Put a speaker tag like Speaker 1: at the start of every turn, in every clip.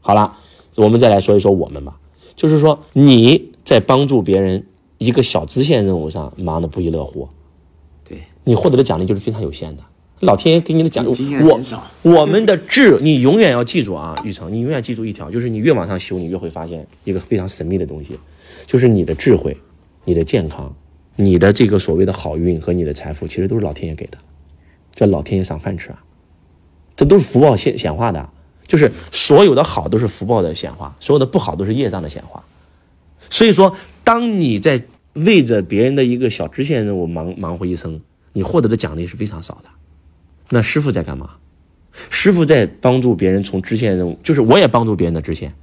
Speaker 1: 好了，我们再来说一说我们吧，就是说你在帮助别人一个小支线任务上忙得不亦乐乎，
Speaker 2: 对，
Speaker 1: 你获得的奖励就是非常有限的。老天爷给你的奖，
Speaker 2: 经验
Speaker 1: 我
Speaker 2: 很少
Speaker 1: 我们的志，你永远要记住啊，玉成，你永远记住一条，就是你越往上修，你越会发现一个非常神秘的东西，就是你的智慧、你的健康、你的这个所谓的好运和你的财富，其实都是老天爷给的，这老天爷赏饭吃啊，这都是福报显显化的啊，就是所有的好都是福报的显化，所有的不好都是业障的显化。所以说，当你在为着别人的一个小支线任务忙忙活一生，你获得的奖励是非常少的。那师傅在干嘛？师傅在帮助别人从支线任务，就是我也帮助别人的支线，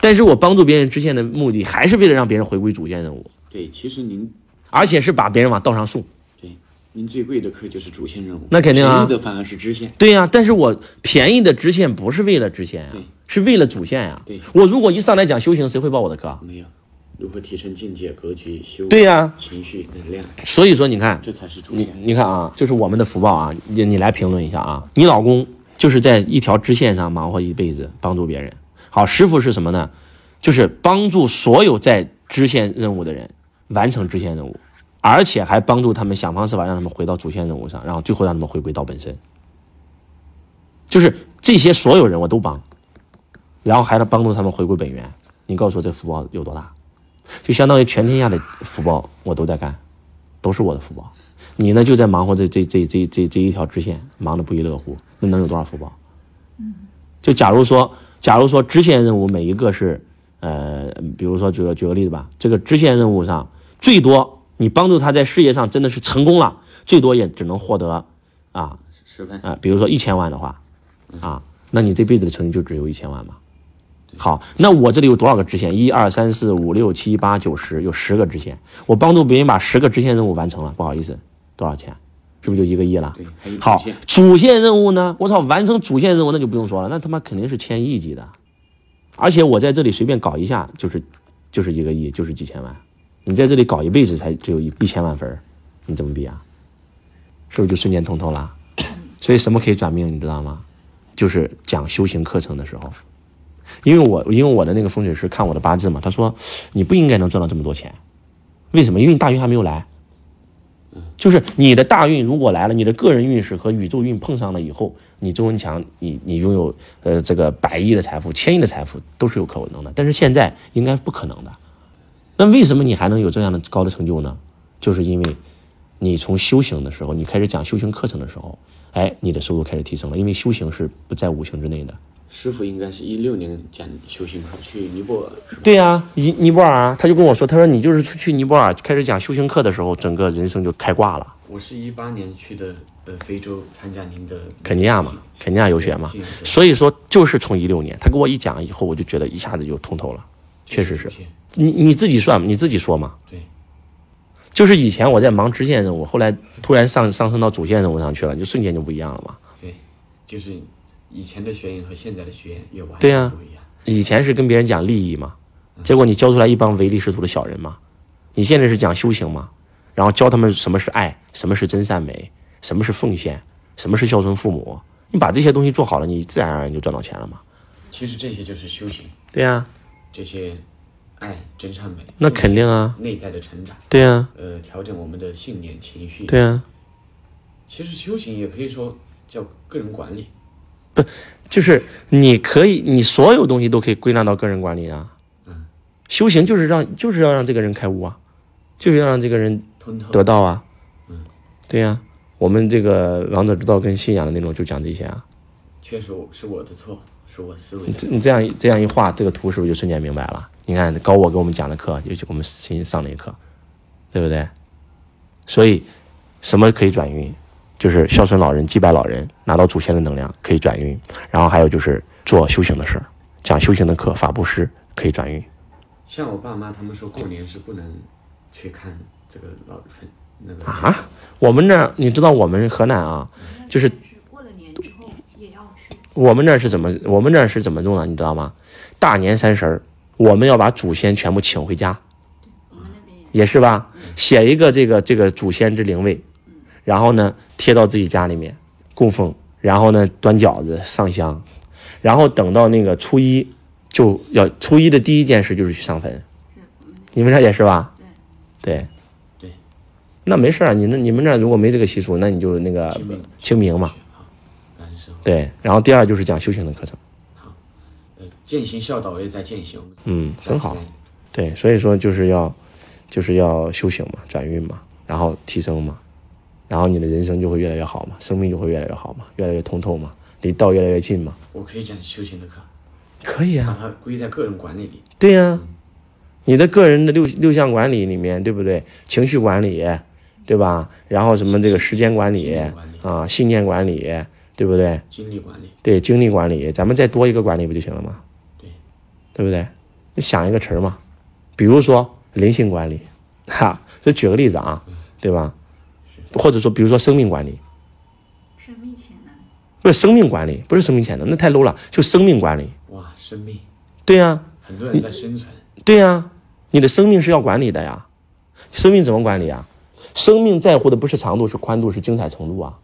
Speaker 1: 但是我帮助别人支线的目的还是为了让别人回归主线任务，
Speaker 2: 对，其实您
Speaker 1: 而且是把别人往道上送。
Speaker 2: 对您最贵的课就是主线任务，
Speaker 1: 那肯定啊
Speaker 2: 便宜的反而是支线。
Speaker 1: 对呀、但是我便宜的支线不是为了支线呀、啊
Speaker 2: 对
Speaker 1: 是为了主线呀、
Speaker 2: 对
Speaker 1: 我如果一上来讲修行，谁会报我的课啊？
Speaker 2: 没有，如何提升境界、格局、修
Speaker 1: 对呀
Speaker 2: 情绪、能量，
Speaker 1: 所以说，你看，
Speaker 2: 这才是主
Speaker 1: 你
Speaker 2: 线。
Speaker 1: 你看啊，这是我们的福报啊！你你来评论一下啊，你老公就是在一条支线上忙活一辈子，帮助别人。好，师傅是什么呢？就是帮助所有在支线任务的人完成支线任务，而且还帮助他们想方设法让他们回到主线任务上，然后最后让他们回归到本身。就是这些所有人我都帮，然后还能帮助他们回归本源。你告诉我这福报有多大？就相当于全天下的福报我都在干，都是我的福报。你呢就在忙活这这这这这这一条支线，忙得不亦乐乎，那能有多少福报？嗯，就假如说，假如说支线任务每一个是，呃，比如说举个举个例子吧，这个支线任务上最多你帮助他在事业上真的是成功了，最多也只能获得啊
Speaker 2: 十分，
Speaker 1: 啊，比如说一千万的话，啊，那你这辈子的成绩就只有一千万嘛。好，那我这里有多少个支线？一二三四五六七八九十，有十个支线。我帮助别人把十个支线任务完成了，不好意思，多少钱？是不是就一个亿了
Speaker 2: 对还有？
Speaker 1: 好
Speaker 2: 主线，
Speaker 1: 主线任务呢？我操，完成主线任务那就不用说了，那他妈肯定是千亿级的。而且我在这里随便搞一下，就是就是一个亿，就是几千万。你在这里搞一辈子才只有一一千万分儿，你怎么比啊？是不是就瞬间通透 了？所以什么可以转命，你知道吗？就是讲修行课程的时候，因为我因为我的那个风水师看我的八字嘛，他说你不应该能赚到这么多钱，为什么？因为你大运还没有来。就是你的大运如果来了，你的个人运势和宇宙运碰上了以后，你周文强，你你拥有呃这个百亿的财富、千亿的财富都是有可能的，但是现在应该不可能的。那为什么你还能有这样的高的成就呢？就是因为你从修行的时候，你开始讲修行课程的时候，哎，你的收入开始提升了，因为修行是不在五行之内的。
Speaker 2: 师傅应该是一六年讲修行课去尼泊尔，是吧？
Speaker 1: 对呀、尼尼泊尔啊，他就跟我说，他说你就是出去尼泊尔开始讲修行课的时候，整个人生就开挂了。
Speaker 2: 我是一八年去的呃非洲参加您的
Speaker 1: 肯尼亚嘛，肯尼亚游学嘛
Speaker 2: 对是，的
Speaker 1: 所以说就是从一六年，他给我一讲以后，我就觉得一下子就通透了，确实是。你你自己算，你自己说嘛。
Speaker 2: 对，
Speaker 1: 就是以前我在忙支线任务，后来突然上上升到主线任务上去了，就瞬间就不一样了嘛。
Speaker 2: 对，就是以前的学员和现在的学员也完
Speaker 1: 对啊呀
Speaker 2: 全不一样。
Speaker 1: 以前是跟别人讲利益嘛，结果你教出来一帮唯利是图的小人嘛。你现在是讲修行嘛，然后教他们什么是爱，什么是真善美，什么是奉献，什么是孝顺父母。你把这些东西做好了，你自然而然就赚到钱了嘛。
Speaker 2: 其实这些就是修行，
Speaker 1: 对呀、
Speaker 2: 这些爱、真善美，
Speaker 1: 那肯定啊，
Speaker 2: 内在的成长，
Speaker 1: 对呀、
Speaker 2: 呃，调整我们的信念、情绪。
Speaker 1: 对，呀、
Speaker 2: 其实修行也可以说叫个人管理。
Speaker 1: 就是你可以，你所有东西都可以归纳到个人管理啊。修行就是让，就是要让这个人开悟啊，就是要让这个人
Speaker 2: 通透，
Speaker 1: 得到啊。对呀、我们这个王者之道跟信仰的内容就讲这些啊。
Speaker 2: 确实我是我的错，是我思维
Speaker 1: 你
Speaker 2: 的
Speaker 1: 这你这样一这样一画，这个图是不是就瞬间明白了？你看高我给我们讲的课，尤其我们新上的一课，对不对？所以什么可以转运？就是孝顺老人、祭拜老人，拿到祖先的能量可以转运。然后还有就是做修行的事儿，讲修行的课、法布施可以转运。
Speaker 2: 像我爸妈他们说过年是不能去看这个老坟那个
Speaker 1: 啊我们那儿你知道我们河南啊，就是
Speaker 3: 只过了年之后也要去。
Speaker 1: 我们那儿是怎么我们那儿是怎么弄的？你知道吗？大年三十儿，我们要把祖先全部请回家。
Speaker 3: 我们那边也
Speaker 1: 也是吧，写一个这个这个祖先之灵位，然后呢贴到自己家里面供奉，然后呢端饺子上香，然后等到那个初一就要初一的第一件事就是去上坟，
Speaker 3: 是我们那
Speaker 1: 你们这儿也是吧？
Speaker 3: 对
Speaker 1: 对
Speaker 2: 对，
Speaker 1: 那没事儿，啊你那你们那儿如果没这个习俗，那你就那个
Speaker 2: 清明
Speaker 1: 清明嘛，
Speaker 2: 好，感恩生活。
Speaker 1: 对。然后第二就是讲修行的课程，
Speaker 2: 呃，践行孝道，我也在践行。
Speaker 1: 嗯，很好
Speaker 2: 下次。再
Speaker 1: 对，所以说就是要就是要修行嘛，转运嘛，然后提升嘛，然后你的人生就会越来越好嘛，生命就会越来越好嘛，越来越通透嘛，离道越来越近嘛。
Speaker 2: 我可以讲修行的课，
Speaker 1: 可以
Speaker 2: 把
Speaker 1: 啊，
Speaker 2: 它归在个人管理里。
Speaker 1: 对呀、你的个人的六六项管理里面，对不对？情绪管理，对吧？然后什么这个时间管理
Speaker 2: 信念管理
Speaker 1: 啊，信念管理，对不对？
Speaker 2: 精力管理，
Speaker 1: 对，精力管理，咱们再多一个管理不就行了吗？
Speaker 2: 对，
Speaker 1: 对不对？你想一个词儿嘛，比如说灵性管理，哈，就举个例子啊，对吧？或者说，比如说生命管理，
Speaker 3: 生命潜能，
Speaker 1: 不是生命管理，不是生命潜能，那太 low 了，就生命管理。
Speaker 2: 哇，生命，
Speaker 1: 对啊呀、
Speaker 2: 很多人在生存，
Speaker 1: 对呀、你的生命是要管理的呀。生命怎么管理啊？生命在乎的不是长度，是宽度，是精彩程度啊。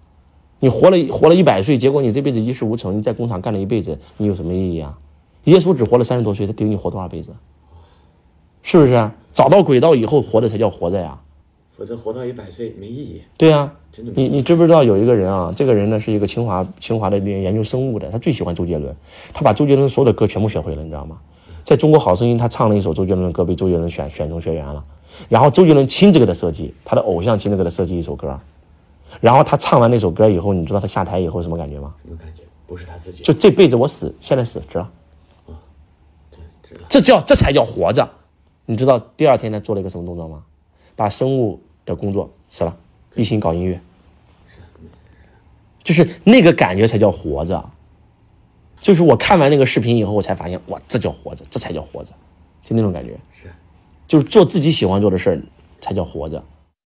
Speaker 1: 你活了活了一百岁，结果你这辈子一事无成，你在工厂干了一辈子，你有什么意义啊？耶稣只活了三十多岁，他顶你活多少辈子？是不是？找到轨道以后，活着才叫活着呀。
Speaker 2: 否则活到一百岁没意义。
Speaker 1: 对呀、
Speaker 2: 真的没
Speaker 1: 你你知不知道有一个人啊？这个人呢是一个清华清华的那个研究生物的，他最喜欢周杰伦，他把周杰伦所有的歌全部学会了，你知道吗？在中国好声音，他唱了一首周杰伦的歌，被周杰伦选选中学员了。然后周杰伦亲自给他设计，他的偶像亲自给他设计一首歌。然后他唱完那首歌以后，你知道他下台以后什么感觉吗？
Speaker 2: 什么感觉？不是他自己，哦
Speaker 1: 就这辈子我死，现在死值了，
Speaker 2: 对，知道。
Speaker 1: 这叫这才叫活着。你知道第二天他做了一个什么动作吗？把生物的工作辞了，一心搞音乐。就是那个感觉才叫活着。就是我看完那个视频以后，我才发现，哇，这叫活着，这才叫活着，就那种感觉。
Speaker 2: 是，
Speaker 1: 就是做自己喜欢做的事儿才叫活着。